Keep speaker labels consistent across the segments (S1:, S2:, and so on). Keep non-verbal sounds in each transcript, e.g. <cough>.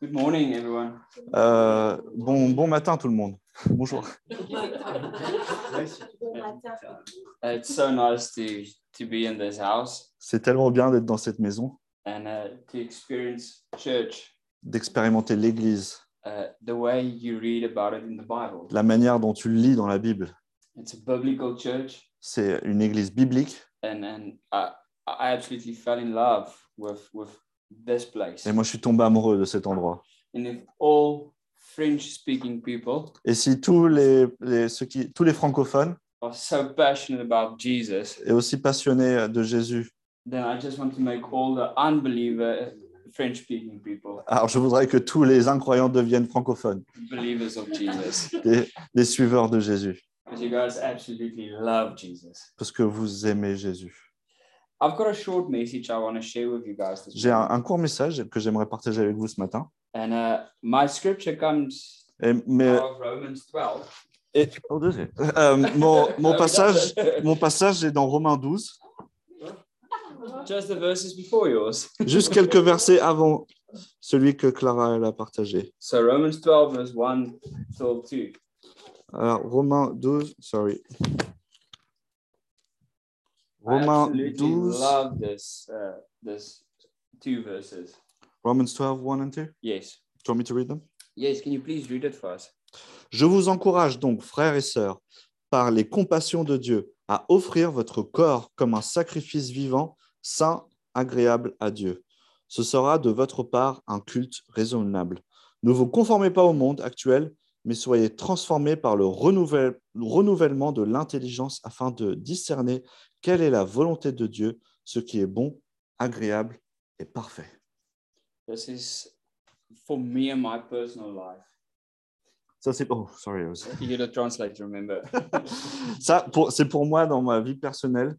S1: Good morning, everyone.
S2: Euh, bon, bon matin tout le monde. Bonjour.
S1: Uh, It's so nice to, to be in this house
S2: C'est tellement bien d'être dans cette maison,
S1: and uh, to experience church
S2: d'expérimenter l'Église,
S1: uh, the way you read about it in the Bible.
S2: la manière dont tu le lis dans la Bible.
S1: It's a biblical church,
S2: C'est une Église biblique.
S1: and, and I, I absolutely fell in love with, with this place.
S2: Et moi, je suis tombé amoureux de cet endroit.
S1: And if all French speaking people
S2: Et si tous les, les- ceux qui, tous les francophones
S1: are so passionate about Jesus,
S2: et aussi passionnés de Jésus,
S1: then I just want to make all the unbeliever uh, French speaking people
S2: alors je voudrais que tous les incroyants deviennent francophones,
S1: believers of Jesus.
S2: des, des suiveurs de Jésus,
S1: Because you guys absolutely love Jesus.
S2: parce que vous aimez Jésus.
S1: I've got a short message I want to share with you guys this
S2: J'ai un,
S1: morning.
S2: un court message que j'aimerais partager avec vous ce matin.
S1: And uh, my scripture comes
S2: Et, mais,
S1: out of Romans 12.
S2: et- Euh, mon, mon passage,
S1: <laughs> Just
S2: mon passage est dans Romains 12,
S1: the verses before yours.
S2: juste quelques versets avant celui que Clara elle a partagé.
S1: So Romans 12, verse 1 till 2.
S2: Alors, Romains 12, sorry. Romains
S1: I absolutely
S2: 12,
S1: love this, uh, this two verses.
S2: Romans 12, 1 and 2.
S1: Yes.
S2: Do you want me to read them?
S1: Yes, can you please read it for us?
S2: Je vous encourage donc, frères et sœurs, par les compassions de Dieu, à offrir votre corps comme un sacrifice vivant, saint, agréable à Dieu. Ce sera de votre part un culte raisonnable. Ne vous conformez pas au monde actuel, mais soyez transformés par le renouvelle- le renouvellement de l'intelligence afin de discerner quelle est la volonté de Dieu, ce qui est bon, agréable et parfait.
S1: This is for me and my personal life.
S2: Ça, c'est oh, sorry, I was-
S1: You're the translator, remember?
S2: Ça, pour- c'est pour moi dans ma vie personnelle.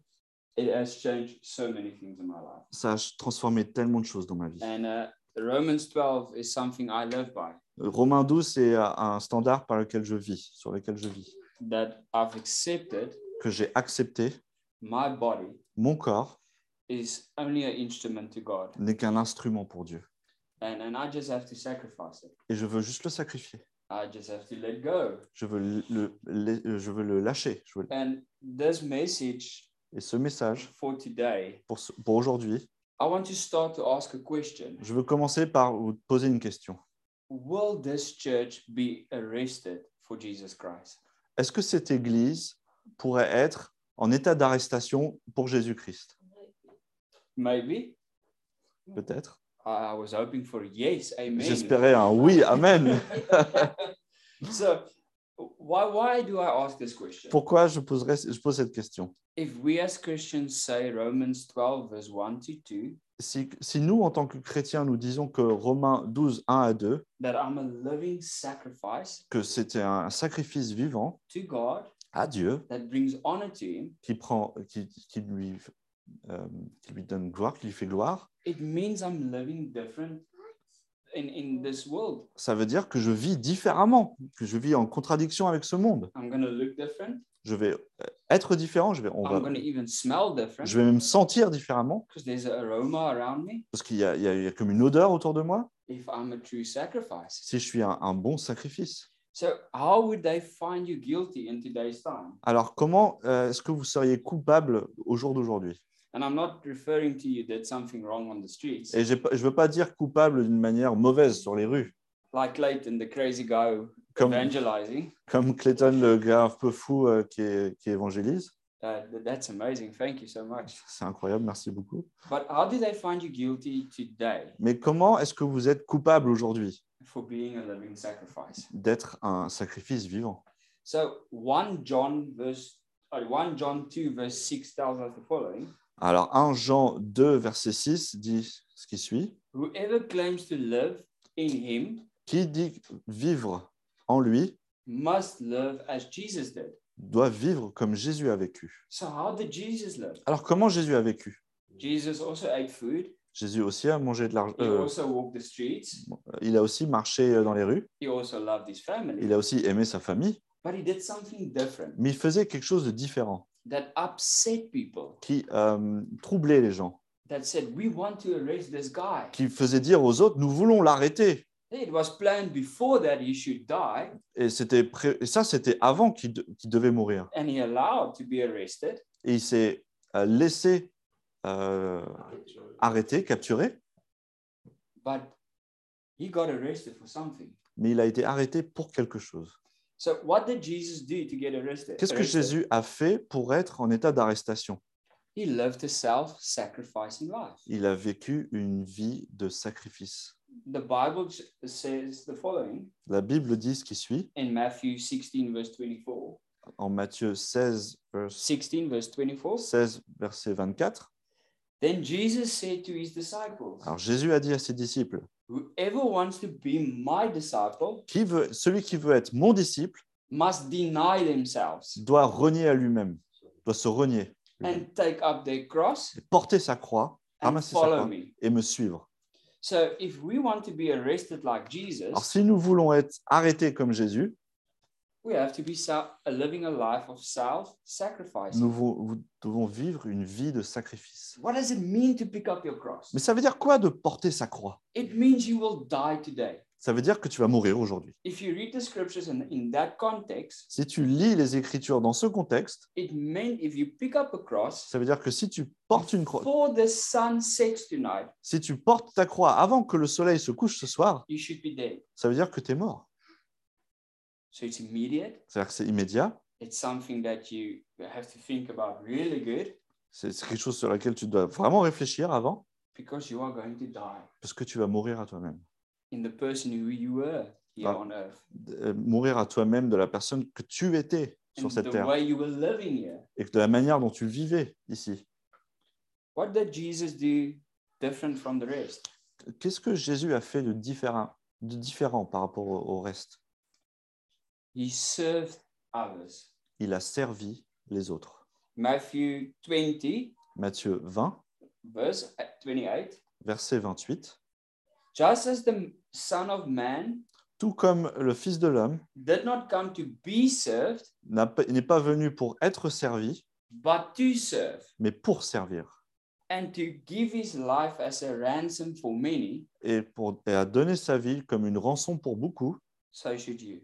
S1: it has changed so many things in my life.
S2: ça a transformé tellement de choses dans ma vie.
S1: And uh, Romans 12 is something I live by
S2: Romain 12, c'est euh, un standard par lequel je vis, sur lequel je vis,
S1: that I've accepted
S2: que j'ai accepté.
S1: my body
S2: Mon corps
S1: is only an instrument to God.
S2: n'est qu'un instrument pour Dieu
S1: And, and I just have to sacrifice it.
S2: et je veux juste le sacrifier.
S1: I just have to let go.
S2: Je veux le, le- le- je veux le lâcher. Je veux-
S1: And this message
S2: Et ce message,
S1: for today,
S2: pour, ce- pour aujourd'hui,
S1: I want to start to ask a question
S2: je veux commencer par vous poser une question.
S1: Will this church be arrested for Jesus Christ?
S2: Est-ce que cette Église pourrait être en état d'arrestation pour Jésus-Christ
S1: Maybe.
S2: Peut-être.
S1: I, I was hoping for yes, amen.
S2: J'espérais un oui, amen.
S1: so, why, why do I ask this question?
S2: Pourquoi je, poserais, je pose cette question
S1: If we as Christians say Romans 12, verse 1 to 2,
S2: si, si nous, en tant que chrétiens, nous disons que Romains 12, 1 à 2,
S1: that I'm a living sacrifice
S2: que c'était un sacrifice vivant
S1: to God
S2: à Dieu
S1: that brings honor to Him,
S2: qui, prend, qui, qui lui, euh, qui lui donne gloire, qui lui fait gloire,
S1: it means I'm living different in, in this world.
S2: ça veut dire que je vis différemment, que je vis en contradiction avec ce monde.
S1: I'm going to look different.
S2: Je vais euh, être différent, je vais, on
S1: I'm
S2: va-
S1: going to even smell different
S2: je vais me sentir différemment
S1: because there's an aroma around me
S2: parce qu'il y, a- il y a il y a comme une odeur autour de moi
S1: if I'm a true sacrifice.
S2: si je suis un, un bon sacrifice.
S1: So, how would they find you guilty in today's time?
S2: Alors comment euh, est-ce que vous seriez coupable au jour d'aujourd'hui
S1: And I'm not referring to you did something wrong on the streets,
S2: Et j'ai pas- je ne veux pas dire coupable d'une manière mauvaise sur les rues.
S1: like Clayton, the crazy guy who
S2: Comme-
S1: evangelizing.
S2: comme Clayton, le gars un peu fou euh, qui, est- qui évangélise.
S1: Uh, th- that's amazing. Thank you so much.
S2: C'est incroyable, merci beaucoup.
S1: But how do they find you guilty today
S2: Mais comment est-ce que vous êtes coupable aujourd'hui
S1: for being a living sacrifice?
S2: d'être un sacrifice vivant
S1: So 1 John verse uh, 1 John 2 verse 6 tells us the following.
S2: Alors 1 Jean 2, verset 6 dit ce qui suit.
S1: Whoever claims to live in him
S2: Qui dit vivre en lui
S1: must live as Jesus did.
S2: doit vivre comme Jésus a vécu.
S1: So how did Jesus live?
S2: Alors comment Jésus a vécu
S1: Jesus also ate food.
S2: Jésus aussi a mangé de l'argent. euh,
S1: He also walked the streets.
S2: il a aussi marché euh, dans les rues.
S1: He also loved his family.
S2: Il a aussi aimé sa famille.
S1: But he did something different
S2: Mais il faisait quelque chose de différent
S1: that upset people.
S2: qui euh, troublait les gens.
S1: that said, We want to arrest this guy.
S2: qui faisait dire aux autres, nous voulons l'arrêter.
S1: It was planned before that he should die,
S2: Et, c'était pré- et ça, c'était avant qu'il de- qu'il devait mourir.
S1: and he allowed to be arrested.
S2: Et il s'est euh, laissé euh, arrêter, capturé,
S1: But he got arrested for something.
S2: mais il a été arrêté pour quelque chose.
S1: So, what did Jesus do to get arrested?
S2: Qu'est-ce que
S1: arrested?
S2: Jésus a fait pour être en état d'arrestation
S1: He lived a self sacrificing life.
S2: Il a vécu une vie de sacrifice.
S1: The Bible j- says the following
S2: La Bible dit ce qui suit
S1: in Matthew 16, verse 24.
S2: en Matthieu 16, verse-
S1: 16, verse 24.
S2: 16, verset 24.
S1: Then Jesus said to his disciples,
S2: Alors Jésus a dit à ses disciples,
S1: Whoever wants to be my disciple
S2: qui veut, celui qui veut être mon disciple
S1: must deny themselves
S2: doit renier à lui-même, doit se renier,
S1: and take up their cross
S2: et porter sa croix,
S1: and
S2: ramasser sa
S1: follow
S2: croix
S1: me.
S2: et me suivre.
S1: So, if we want to be arrested like
S2: Alors
S1: Jesus,
S2: si nous voulons être arrêtés comme Jésus,
S1: we have to be self, living a life of self sacrifice.
S2: nous vo- devons vivre une vie de sacrifice.
S1: What does it mean to pick up your cross?
S2: Mais ça veut dire quoi de porter sa croix
S1: It means you will die today.
S2: Ça veut dire que tu vas mourir aujourd'hui.
S1: If you read the scriptures in, in that context,
S2: Si tu lis les Écritures dans ce contexte,
S1: it meant if you pick up a cross
S2: ça veut dire que si tu portes une croix,
S1: before the sun sets tonight,
S2: si tu portes ta croix avant que le soleil se couche ce soir,
S1: you should be dead.
S2: ça veut dire que tu es mort.
S1: So it's immediate.
S2: C'est-à-dire que c'est immédiat,
S1: It's something that you have to think about really good
S2: c'est c'est quelque chose sur laquelle tu dois vraiment réfléchir avant,
S1: because you are going to die
S2: parce que tu vas mourir à toi-même.
S1: in the person who you were here
S2: Ah.
S1: on earth
S2: Euh, Mourir à toi-même de la personne que tu étais
S1: and
S2: sur cette
S1: the
S2: terre
S1: way you were living here.
S2: et de la manière dont tu vivais ici.
S1: What did Jesus do different from the rest?
S2: Qu'est-ce que Jésus a fait de différent, de différent par rapport au au reste
S1: He served others.
S2: Il a servi les autres.
S1: Matthew 20,
S2: Matthieu 20,
S1: verse 28.
S2: verset 28.
S1: Just as the Son of Man
S2: Tout comme le Fils de l'homme
S1: did not come to be served,
S2: n'a pas- n'est pas venu pour être servi,
S1: but to serve,
S2: mais pour servir,
S1: and to give his life as a ransom for many,
S2: et, pour, et a donné sa vie comme une rançon pour beaucoup,
S1: so should you.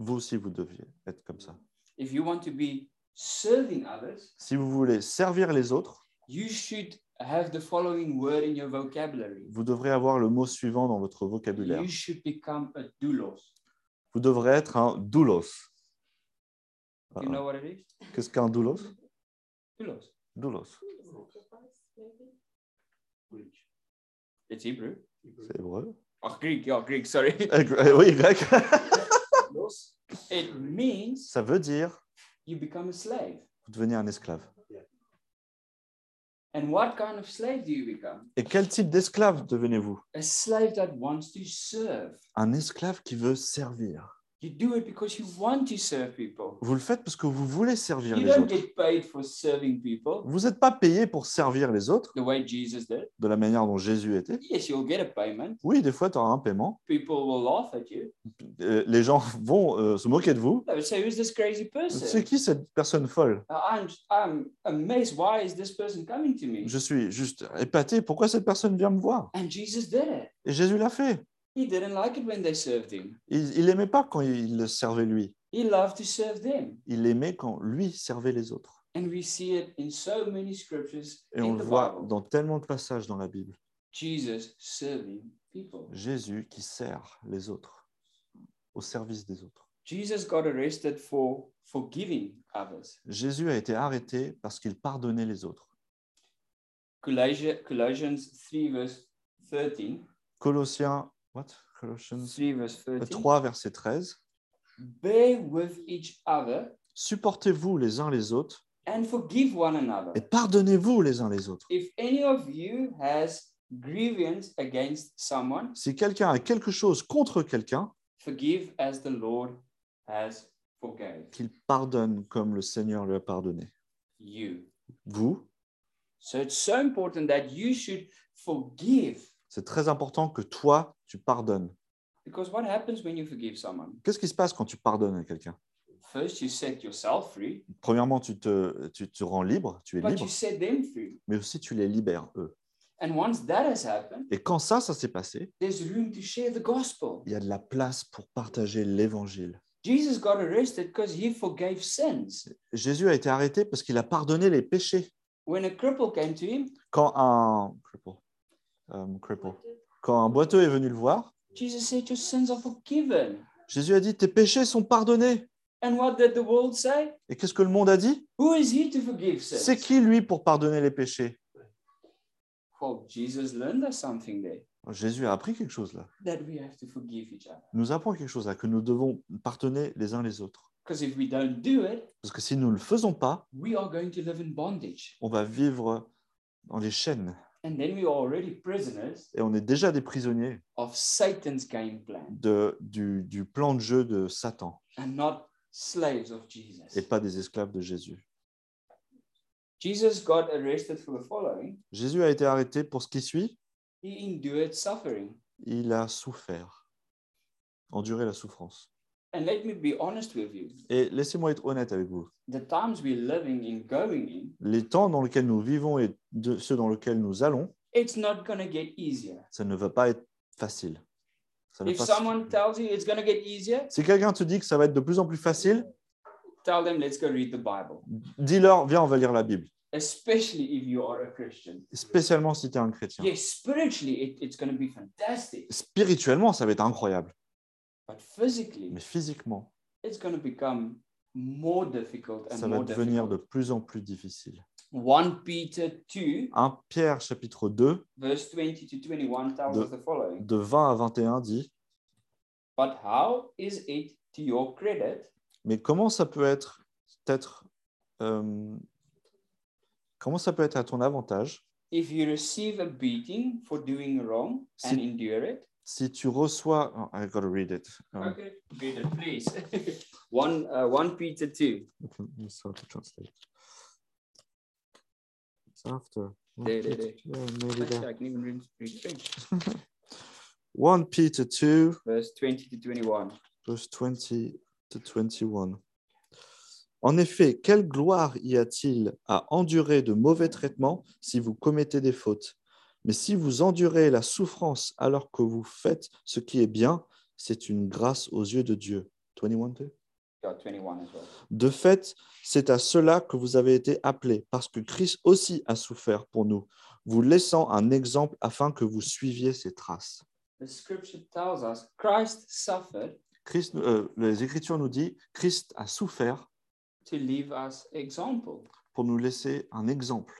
S2: vous aussi, vous deviez être comme ça.
S1: If you want to be serving others,
S2: Si vous voulez servir les autres,
S1: you should have the following word in your vocabulary.
S2: vous devrez avoir le mot suivant dans votre vocabulaire.
S1: You should become a doulos.
S2: Vous devrez être un doulos. Ah,
S1: You know what it is?
S2: Qu'est-ce qu'un doulos
S1: Doulos.
S2: Doulos,
S1: It's Hebrew.
S2: c'est hébreu.
S1: Oh, Greek. Yeah, Greek. Sorry. <laughs>
S2: Eh, gr- eh Oui, grec. <laughs>
S1: it means
S2: Ça veut dire
S1: you become a slave.
S2: vous devenez un esclave.
S1: And what kind of slave do you become?
S2: Et quel type d'esclave devenez-vous
S1: a slave that wants to serve.
S2: Un esclave qui veut servir.
S1: You do it because you want to serve people.
S2: Vous le faites parce que vous voulez servir
S1: You
S2: les
S1: don't
S2: autres.
S1: get paid for serving people
S2: Vous n'êtes pas payé pour servir les autres
S1: the way Jesus did.
S2: de la manière dont Jésus était.
S1: Yes, you'll get a payment.
S2: Oui, des fois, tu auras un paiement.
S1: People will laugh at you.
S2: Euh, Les gens <laughs> vont euh, se moquer de vous.
S1: They would say, Who's this crazy
S2: C'est
S1: person? Uh,
S2: qui cette personne folle
S1: I'm, I'm amazed. Why is this person coming to me?
S2: Je suis juste épaté. Pourquoi cette personne vient me voir
S1: And Jesus did it.
S2: Et Jésus l'a fait.
S1: He didn't like it when they served him,
S2: Il n'aimait pas quand il le servait lui.
S1: he loved to serve them.
S2: Il aimait quand lui servait les autres.
S1: And we see it in so many scriptures
S2: Et on
S1: in
S2: le
S1: the
S2: voit
S1: Bible.
S2: dans tellement de passages dans la Bible.
S1: Jesus serving people.
S2: Jésus qui sert les autres, au service des autres.
S1: Jesus got arrested for forgiving others.
S2: Jésus a été arrêté parce qu'il pardonnait les autres.
S1: Colossians, Colossians 3 verse 13.
S2: Colossiens, what? Colossians
S1: 3 verse 13.
S2: euh, 3, verset 13.
S1: Bear with each other
S2: Supportez-vous les uns les autres
S1: and forgive one another.
S2: et pardonnez-vous les uns les autres.
S1: If any of you has grievance against someone,
S2: Si quelqu'un a quelque chose contre quelqu'un,
S1: forgive as the Lord has forgave
S2: qu'il pardonne comme le Seigneur lui a pardonné.
S1: you.
S2: Vous,
S1: So it's so important that you should forgive
S2: c'est très important que toi, tu pardonnes.
S1: because what happens when you forgive someone?
S2: Qu'est-ce qui se passe quand tu pardonnes à quelqu'un
S1: First, you set yourself free,
S2: Premièrement, tu te, tu te rends libre, tu es
S1: but
S2: libre,
S1: you set them free.
S2: mais aussi tu les libères, eux.
S1: And once that has happened,
S2: Et quand ça, ça s'est passé,
S1: there's room to share the gospel.
S2: il y a de la place pour partager l'évangile.
S1: Jesus got arrested because he forgave sins.
S2: Jésus a été arrêté parce qu'il a pardonné les péchés.
S1: When a cripple came to him,
S2: Quand un, cripple, euh, cripple. quand un boiteux est venu le voir,
S1: Jesus said, Your sins are forgiven.
S2: Jésus a dit, tes péchés sont pardonnés.
S1: And what did the world say?
S2: Et qu'est-ce que le monde a dit
S1: Who is he to forgive sins?
S2: C'est qui, lui, pour pardonner les péchés
S1: Well, Jesus learned us something there
S2: Jésus a appris quelque chose là.
S1: that we have to forgive each other.
S2: Il nous apprend quelque chose là, que nous devons pardonner les uns les autres.
S1: Because if we don't do it,
S2: Parce que si nous ne le faisons pas,
S1: we are going to live in bondage.
S2: on va vivre dans les chaînes
S1: And then we are already prisoners
S2: et on est déjà des prisonniers
S1: of Satan's game plan
S2: de, du, du plan de jeu de Satan
S1: and not slaves of Jesus.
S2: et pas des esclaves de Jésus.
S1: Jesus got arrested for the following
S2: Jésus a été arrêté pour ce qui suit.
S1: He endured suffering.
S2: Il a souffert, enduré la souffrance.
S1: And let me be honest with you
S2: Et laissez-moi être honnête avec vous.
S1: the times we're living in, going in,
S2: Les temps dans lesquels nous vivons et de ceux dans lesquels nous allons,
S1: it's not going to get easier.
S2: ça ne va pas être facile. Ça ne
S1: If
S2: va pas-
S1: someone tells you it's going to get easier,
S2: Si quelqu'un te dit que ça va être de plus en plus facile,
S1: tell them, let's go read the Bible,
S2: dis-leur, viens, on va lire la Bible,
S1: especially if you are a Christian.
S2: spécialement si tu es un chrétien.
S1: Yes, spiritually, it, it's going to be fantastic,
S2: Spirituellement, ça va être incroyable,
S1: but physically,
S2: mais physiquement,
S1: it's going to become more difficult and
S2: ça va
S1: more
S2: devenir
S1: difficult.
S2: de plus en plus difficile.
S1: 1 Peter 2,
S2: 1 Pierre chapitre 2,
S1: verse 20 to 21 tells
S2: The-
S1: us the following
S2: de 20 à 21 dit,
S1: But how is it to your credit
S2: mais comment ça peut être, être, euh, comment ça peut être à ton avantage
S1: if you receive a beating for doing wrong and
S2: Si-
S1: endure it?
S2: si tu reçois... oh, I gotta read it. Um,
S1: Okay, Peter, please. <laughs> 1, uh, 1 Peter 2.
S2: okay, let's try to translate. It's after.
S1: There, there, there.
S2: Yeah, maybe
S1: Actually,
S2: there.
S1: I can even read, read French.
S2: 1 Peter 2,
S1: Verse 20 to 21.
S2: verse 20 to 21. En effet, quelle gloire y a-t-il à endurer de mauvais traitements si vous commettez des fautes Mais si vous endurez la souffrance alors que vous faites ce qui est bien, c'est une grâce aux yeux de Dieu. 21, deux.
S1: Yeah, 21 as well.
S2: De fait, c'est à cela que vous avez été appelés, parce que Christ aussi a souffert pour nous, vous laissant un exemple afin que vous suiviez ses traces.
S1: The scripture tells us Christ suffered
S2: Christ, euh, les Écritures nous disent, Christ a souffert
S1: to leave us example.
S2: pour nous laisser un exemple.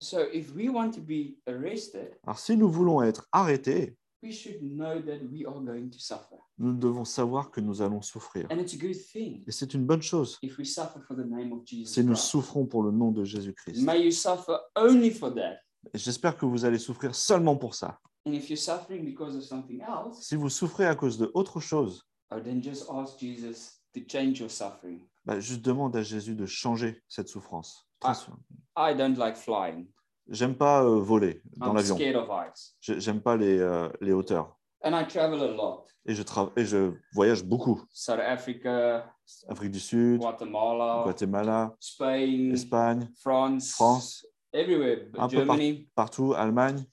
S1: So if we want to be arrested,
S2: Alors si nous voulons être arrêtés,
S1: we should know that we are going to suffer.
S2: nous devons savoir que nous allons souffrir.
S1: And it's a good thing
S2: Et c'est une bonne chose
S1: if we suffer for the name of Jesus.
S2: si nous
S1: Christ.
S2: souffrons pour le nom de Jésus-Christ.
S1: May you suffer only for that.
S2: Et J'espère que vous allez souffrir seulement pour ça.
S1: And if you're suffering because of something else,
S2: Si vous souffrez à cause de autre chose,
S1: oh, then just ask Jesus to change your suffering.
S2: bah, juste demande à Jésus de changer cette souffrance. Transforme.
S1: I don't like flying.
S2: J'aime pas euh, voler dans
S1: I'm
S2: l'avion.
S1: scared of heights.
S2: J'ai- J'aime pas les, euh, les hauteurs.
S1: And I travel a lot.
S2: Et je, trava- et je voyage beaucoup.
S1: South Africa,
S2: Afrique du Sud,
S1: Guatemala,
S2: Guatemala,
S1: Spain,
S2: Espagne,
S1: France,
S2: France,
S1: everywhere, but
S2: Un peu
S1: Germany.
S2: partout, Allemagne.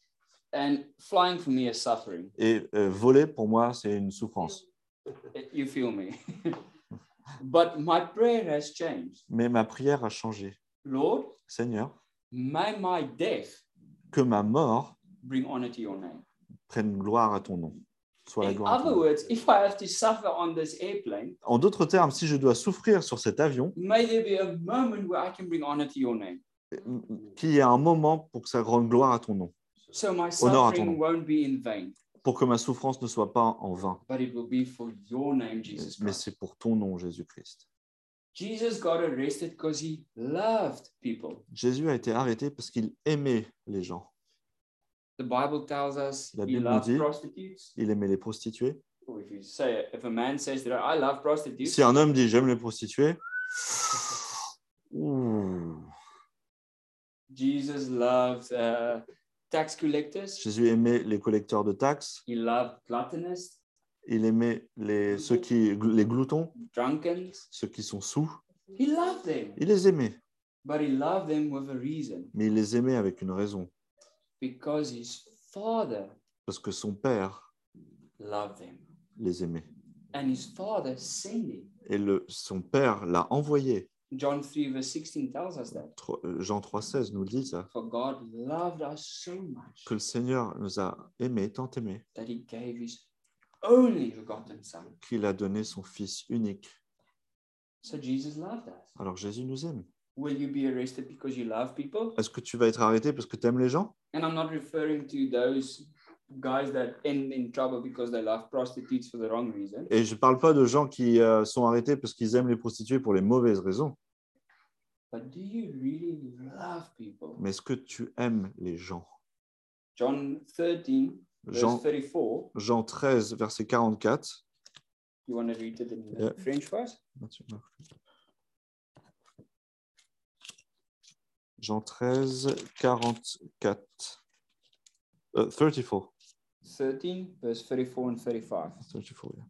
S1: And flying for me is suffering.
S2: Et euh, voler, pour moi, c'est une souffrance.
S1: Eh, You feel me? <laughs> but my prayer has changed.
S2: Mais ma prière a changé.
S1: Lord,
S2: Seigneur,
S1: may my death
S2: que ma mort
S1: bring honor to your name.
S2: prenne gloire à ton nom. Soit la
S1: In
S2: gloire à ton
S1: other
S2: nom.
S1: words, if I have to suffer on this airplane,
S2: En d'autres termes, si je dois souffrir sur cet avion,
S1: may there be a moment where I can bring honor to your name.
S2: euh, qu'il y ait un moment pour que ça rende gloire à ton nom,
S1: So my
S2: Honor à ton
S1: suffering
S2: nom.
S1: won't be in vain,
S2: pour que ma souffrance ne soit pas en vain,
S1: but it will be for your name, Jesus
S2: mais
S1: Christ.
S2: c'est pour ton nom, Jésus-Christ.
S1: Jesus got arrested because he loved people.
S2: Jésus a été arrêté parce qu'il aimait les gens.
S1: The Bible tells us
S2: La
S1: he
S2: Bible
S1: loved
S2: dit-
S1: prostitutes.
S2: Il aimait les prostituées.
S1: Or if you say, if a man says that I love prostitutes,
S2: Si un homme dit j'aime
S1: <laughs>
S2: les prostituées, ouh,
S1: Jesus loved uh, tax collectors.
S2: Jésus aimait les collecteurs de taxes,
S1: He loved gluttonists.
S2: Il aimait les, ceux qui, les gloutons,
S1: drunkards.
S2: ceux qui sont sous.
S1: He loved them,
S2: Il les aimait,
S1: but he loved them with a reason
S2: mais il les aimait avec une raison,
S1: because his father
S2: parce que son père
S1: loved them
S2: les aimait.
S1: and his father sent him.
S2: Et le, son père l'a envoyé.
S1: John 3, verse 16 tells us that.
S2: Tro- euh, Jean 3,16 nous le dit ça,
S1: For God loved us so much
S2: que le Seigneur nous a aimés, tant aimés,
S1: that he gave his only begotten son.
S2: qu'il a donné son Fils unique.
S1: So Jesus loved us.
S2: Alors Jésus nous aime.
S1: Will you be arrested because you love people?
S2: Est-ce que tu vas être arrêté parce que tu aimes les gens
S1: And I'm not referring to those guys that end in trouble because they love prostitutes for the wrong reason.
S2: Et je ne parle pas de gens qui euh, sont arrêtés parce qu'ils aiment les prostituées pour les mauvaises raisons.
S1: But do you really love people?
S2: Mais est-ce que tu aimes les gens
S1: John 13, verse
S2: Jean,
S1: 34.
S2: Jean 13, verset 44.
S1: You want to read it in uh,
S2: Yeah.
S1: French first?
S2: Jean 13, 44. Euh, 34.
S1: 13, verse 34 and 35.
S2: 34, yeah.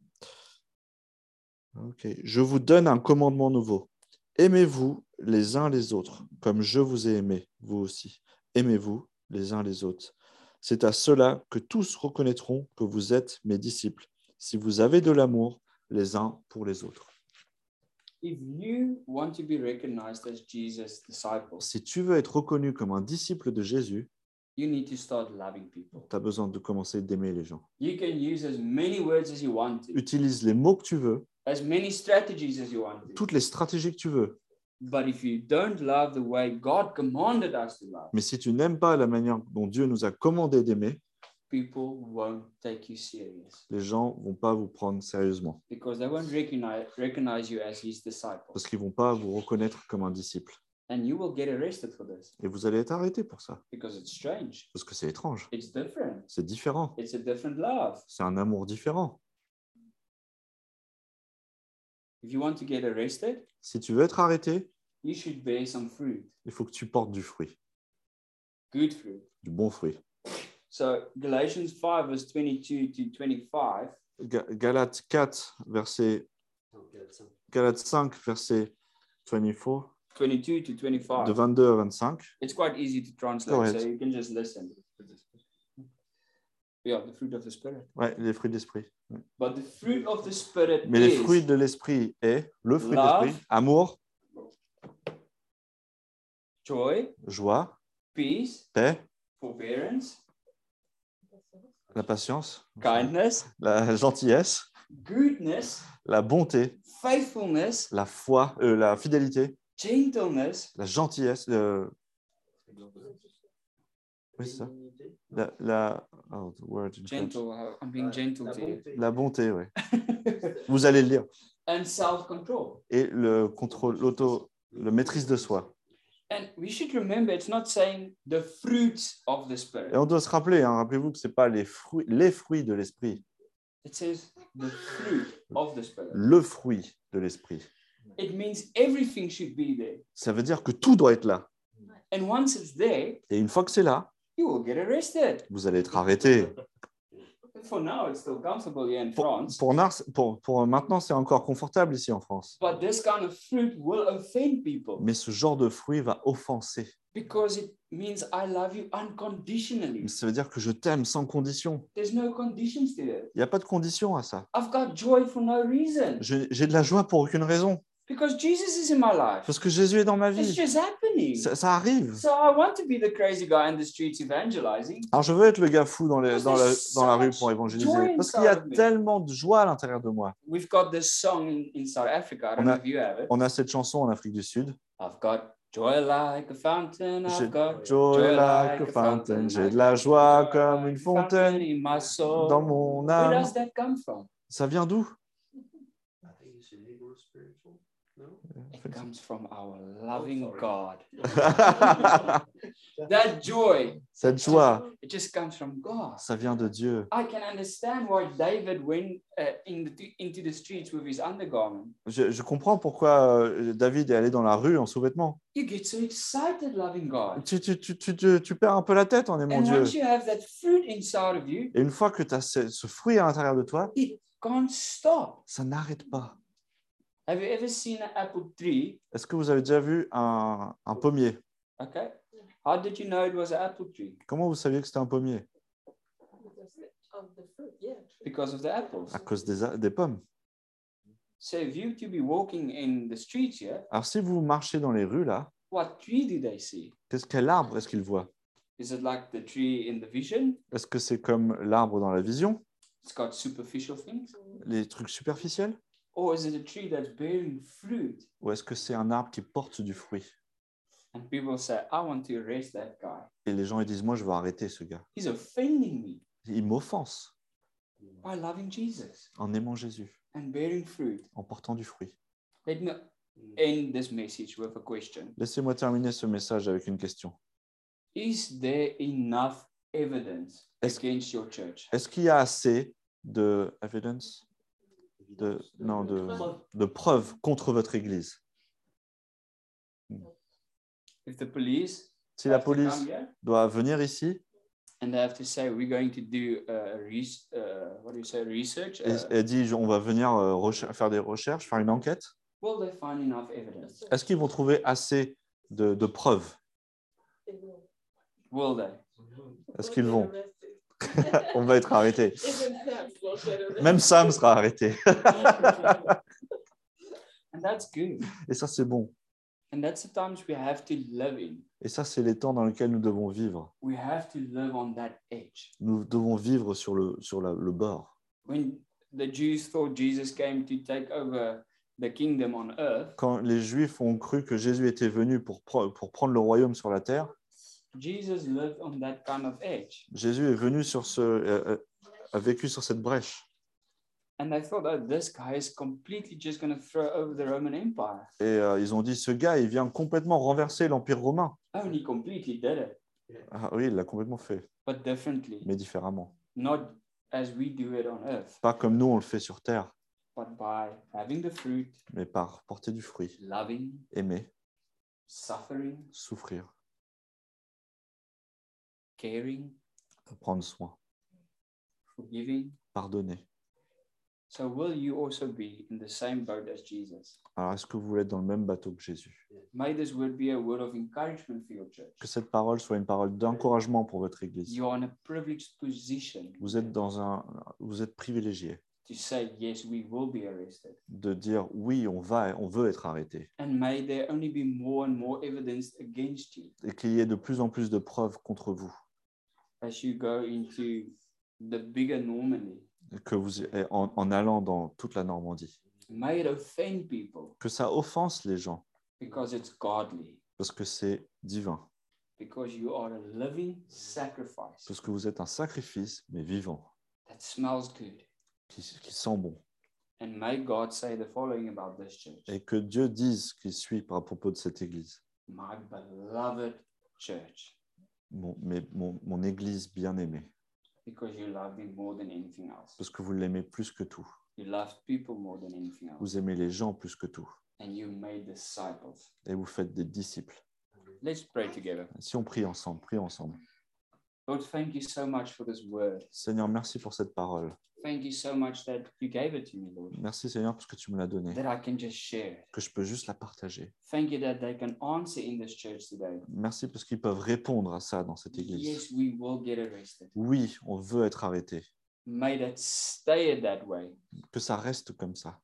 S2: Ok. Je vous donne un commandement nouveau. Aimez-vous les uns les autres, comme je vous ai aimé, vous aussi. Aimez-vous les uns les autres. C'est à cela que tous reconnaîtront que vous êtes mes disciples, si vous avez de l'amour les uns pour les autres.
S1: If you want to be recognized as Jesus' disciples,
S2: Si tu veux être reconnu comme un disciple de Jésus,
S1: you need to start loving people.
S2: tu as besoin de commencer d'aimer les gens.
S1: You can use as many words as you want to,
S2: Utilise les mots que tu veux,
S1: as many strategies as you want to.
S2: toutes les stratégies que tu veux.
S1: But if you don't love the way God commanded us to love,
S2: Mais si tu n'aimes pas la manière dont Dieu nous a commandé d'aimer,
S1: people won't take you serious
S2: les gens vont pas vous prendre sérieusement
S1: because they won't recognize, recognize you as his disciple.
S2: parce qu'ils vont pas vous reconnaître comme un disciple.
S1: And you will get arrested for this
S2: Et vous allez être arrêté pour ça
S1: because it's strange.
S2: parce que c'est étrange,
S1: It's different.
S2: c'est différent,
S1: It's a different love.
S2: c'est un amour différent.
S1: If you want to get arrested,
S2: Si tu veux être arrêté,
S1: you should bear some fruit,
S2: il faut que tu portes du fruit,
S1: good fruit.
S2: du bon fruit.
S1: So Galatians 5, verse 22 to 25.
S2: Ga- Galates 4 verset Galates 5 verset 24
S1: 22 to
S2: de
S1: 25.
S2: 22 à 25.
S1: It's quite easy to translate,
S2: Go ahead.
S1: so you can just listen. Yeah, the fruit of the Spirit.
S2: Ouais, les fruits de l'esprit.
S1: But the fruit of the Spirit
S2: Mais les
S1: is
S2: fruits de l'esprit est le fruit de
S1: Love.
S2: l'esprit, amour,
S1: joy,
S2: joie,
S1: peace,
S2: paix,
S1: forbearance,
S2: la patience,
S1: kindness,
S2: la gentillesse,
S1: goodness,
S2: la bonté,
S1: faithfulness,
S2: la foi, euh, la fidélité,
S1: gentleness,
S2: la gentillesse, le- oui, c'est ça. La, la- oh, the word in French.
S1: gentle. uh, I'm being gentle to you.
S2: La bonté, oui. Vous allez le lire.
S1: And self control.
S2: Et le contrôle, l'auto, le maîtrise de soi. <laughs>
S1: And we should remember it's not saying the fruits of the Spirit,
S2: Et on doit se rappeler, hein, rappelez-vous que c'est pas les fruits, les fruits de l'esprit,
S1: it says the fruit of the Spirit.
S2: le fruit de l'esprit.
S1: It means everything should be there.
S2: Ça veut dire que tout doit être là.
S1: And once it's there,
S2: Et une fois que c'est là,
S1: you will get arrested.
S2: vous allez être arrêté.
S1: For now, it's still comfortable here in
S2: Pour,
S1: France.
S2: pour Nars- pour- pour maintenant, c'est encore confortable ici en France.
S1: But this kind of fruit will offend people
S2: Mais ce genre de fruit va offenser.
S1: because it means I love you unconditionally.
S2: Ça veut dire que je t'aime sans condition.
S1: There's no conditions to it.
S2: Il n'y a pas de condition à ça.
S1: I've got joy for no reason
S2: Je- J'ai de la joie pour aucune raison.
S1: because Jesus is in my life.
S2: Parce que Jésus est dans ma
S1: It's
S2: vie.
S1: just happening.
S2: Ça, ça arrive.
S1: So I want to be the crazy guy in the streets evangelizing.
S2: Alors je veux être le gars fou dans, les- dans la, dans la rue pour évangéliser. Parce qu'il y a tellement de joie à l'intérieur de moi.
S1: We've got this song in, in South Africa. I don't know if you have it.
S2: On a cette chanson en Afrique du Sud.
S1: I've got joy like a fountain.
S2: J'ai-
S1: I've got
S2: Joy like a fountain. J'ai de la joie comme une fontaine
S1: in my soul.
S2: dans mon
S1: Where
S2: âme.
S1: does that come from?
S2: Ça vient d'où
S3: I think it's an Negro spiritual. No?
S1: It comes from our loving
S3: sorry.
S1: God. That joy,
S2: Cette joie,
S1: it just comes from God.
S2: ça vient de Dieu.
S1: I can understand why David went uh, in the, into the streets with his undergarment.
S2: Je, je comprends pourquoi euh, David est allé dans la rue en sous-vêtements.
S1: You get so excited loving God.
S2: Tu, tu, tu, tu, tu- tu perds un peu la tête en aimant
S1: And
S2: Dieu.
S1: once you have that fruit inside of you,
S2: Et une fois que tu as ce, ce fruit à l'intérieur de toi,
S1: it
S2: Ça n'arrête pas.
S1: Have you ever seen an apple tree?
S2: Est-ce que vous avez déjà vu un, un pommier
S1: Okay. How did you know it was an apple tree?
S2: Comment vous saviez que c'était un pommier
S4: Because of the fruit, yeah. true.
S1: Because of the apples.
S2: À cause des, a- des pommes.
S1: So if you to be walking in the streets here,
S2: Alors, si vous marchez dans les rues, là,
S1: what tree do they see?
S2: qu'est-ce quel arbre est-ce qu'ils voient
S1: Is it like the tree in the vision?
S2: Est-ce que c'est comme l'arbre dans la vision,
S1: It's got superficial things.
S2: les trucs superficiels
S1: Or is it a tree that's bearing fruit?
S2: Ou est-ce que c'est un arbre qui porte du fruit
S1: And people say, I want to arrest that guy.
S2: Et les gens, ils disent, moi, je veux arrêter ce gars.
S1: He's offending me
S2: Il m'offense
S1: by loving Jesus
S2: en aimant Jésus,
S1: and bearing fruit.
S2: en portant du fruit.
S1: Let me end this message with a question.
S2: Laissez-moi terminer ce message avec une question.
S1: Is there enough evidence
S2: Est-ce-
S1: against your church?
S2: Est-ce qu'il y a assez de evidence, de, non, de, de preuves contre votre Église
S1: If the police
S2: Si la
S1: have to come
S2: police
S1: here
S2: doit venir ici
S1: and they have to say we're going to do uh, res- uh, what do you say research,
S2: et,
S1: uh,
S2: et dit, on va venir euh, recher- faire des recherches, faire une enquête,
S1: will they find enough evidence?
S2: est-ce qu'ils vont trouver assez de, de preuves
S4: They will.
S1: Will they?
S2: Est-ce
S4: We'll
S2: qu'ils
S4: get
S2: vont
S4: arrested.
S2: On va être arrêté.
S4: Even Sam will get arrested.
S2: Même Sam sera arrêté.
S1: And that's good.
S2: Et ça, c'est bon.
S1: And that's the times we have to live in.
S2: Et ça, c'est les temps dans lesquels nous devons vivre.
S1: We have to live on that edge.
S2: Nous devons vivre sur le, sur la- le bord.
S1: When the Jews thought Jesus came to take over the kingdom on earth,
S2: Quand les Juifs ont cru que Jésus était venu pour, pre- pour prendre le royaume sur la terre,
S1: Jesus lived on that kind of edge.
S2: Jésus est venu sur ce, euh, euh, a vécu sur cette brèche.
S1: And they thought, oh, this guy is completely just going to throw over the Roman Empire.
S2: Et euh, ils ont dit, ce gars, il vient complètement renverser l'Empire romain.
S1: Oh, and he completely did it,
S2: Ah oui, il l'a complètement fait,
S1: but differently.
S2: mais différemment.
S1: not as we do it on earth,
S2: Pas comme nous, on le fait sur terre,
S1: but by having the fruit,
S2: mais par porter du fruit,
S1: loving,
S2: aimer,
S1: suffering,
S2: souffrir,
S1: caring,
S2: prendre soin,
S1: forgiving.
S2: pardonner.
S1: So will you also be in the same boat as Jesus?
S2: Alors, est-ce que vous voulez être dans le même bateau que Jésus
S1: May this word be a word of encouragement for your
S2: Que
S1: church.
S2: cette parole soit une parole d'encouragement pour votre Église.
S1: You are in a privileged position
S2: Vous êtes, dans un, vous êtes privilégié
S1: to say, yes, we will be arrested.
S2: de dire oui, on va, on veut être arrêté,
S1: And may there only be more and more evidence against you
S2: et qu'il y ait de plus en plus de preuves contre vous,
S1: as you go into the bigger Normandy.
S2: que vous en, en allant dans toute la Normandie,
S1: May it offend people
S2: que ça offense les gens
S1: because it's godly.
S2: parce que c'est divin,
S1: because you are a living sacrifice
S2: parce que vous êtes un sacrifice mais vivant,
S1: that smells good.
S2: qui, qui sent bon,
S1: And may God say the following about this church
S2: et que Dieu dise qu'il suit par propos de cette Église,
S1: My beloved church,
S2: mon, mais mon, mon Église bien aimée,
S1: because you love me more than anything else.
S2: parce que vous l'aimez plus que tout,
S1: You love people more than anything else.
S2: vous aimez les gens plus que tout,
S1: And you made disciples.
S2: et vous faites des disciples.
S1: Let's pray together.
S2: Si on prie ensemble, prie ensemble.
S1: Lord, thank you so much for this word.
S2: Seigneur, merci pour cette parole.
S1: Thank you so much that you gave it to me, Lord,
S2: Merci Seigneur parce que tu me l'as donnée,
S1: that I can just share it.
S2: que je peux juste la partager.
S1: Thank you that they can answer in this church today.
S2: Merci parce qu'ils peuvent répondre à ça dans cette église.
S1: Yes, we will get arrested.
S2: Oui, on veut être arrêté.
S1: May that stay it that way.
S2: Que ça reste comme ça.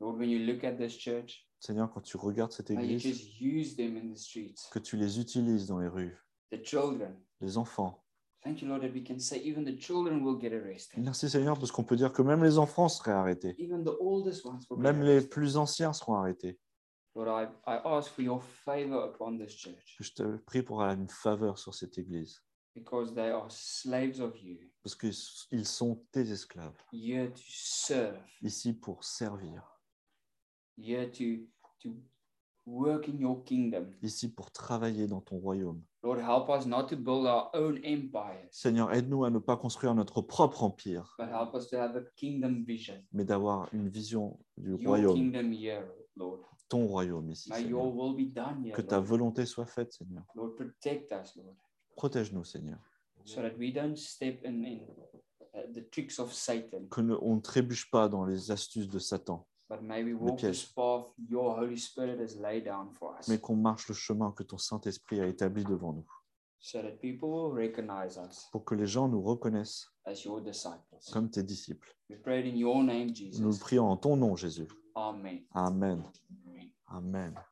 S1: Lord, when you look at this church,
S2: Seigneur, quand tu regardes cette
S1: May you
S2: église,
S1: just use them in the streets.
S2: que tu les utilises dans les rues,
S1: The children.
S2: les enfants.
S1: Thank you, Lord, that we can say even the children will get arrested.
S2: Merci Seigneur parce qu'on peut dire que même les enfants seraient arrêtés.
S1: Even the oldest ones will
S2: Même
S1: get
S2: les
S1: arrested.
S2: plus anciens seront arrêtés.
S1: Lord, I, I ask for your favor upon this church
S2: Je te prie pour une faveur sur cette église
S1: because they are slaves of you,
S2: parce qu'ils sont tes esclaves,
S1: here to serve,
S2: ici pour servir,
S1: here to, to work in your kingdom.
S2: ici pour travailler dans ton royaume.
S1: Lord, help us not to build our own empires,
S2: Seigneur, aide-nous à ne pas construire notre propre empire,
S1: but help us to have a kingdom vision.
S2: mais d'avoir une vision du
S1: Your
S2: royaume,
S1: kingdom here, Lord.
S2: ton royaume ici.
S1: May
S2: Seigneur.
S1: your will be done here.
S2: Que ta
S1: Lord.
S2: volonté soit faite, Seigneur.
S1: Lord, protect us, Lord.
S2: Protège-nous, Seigneur,
S1: so that we don't step in, in uh, the tricks of Satan,
S2: que ne- on ne trébuche pas dans les astuces de Satan,
S1: but may we walk
S2: pièges.
S1: this path your Holy Spirit has laid down for us
S2: mais qu'on marche le chemin que ton Saint-Esprit a établi devant nous,
S1: so that people will recognize us
S2: pour que les gens nous reconnaissent
S1: as your disciples.
S2: comme tes disciples.
S1: We pray it in your name,
S2: Nous le
S1: Jesus.
S2: prions en ton nom, Jésus.
S1: Amen.
S2: Amen.
S1: Amen.
S2: Amen.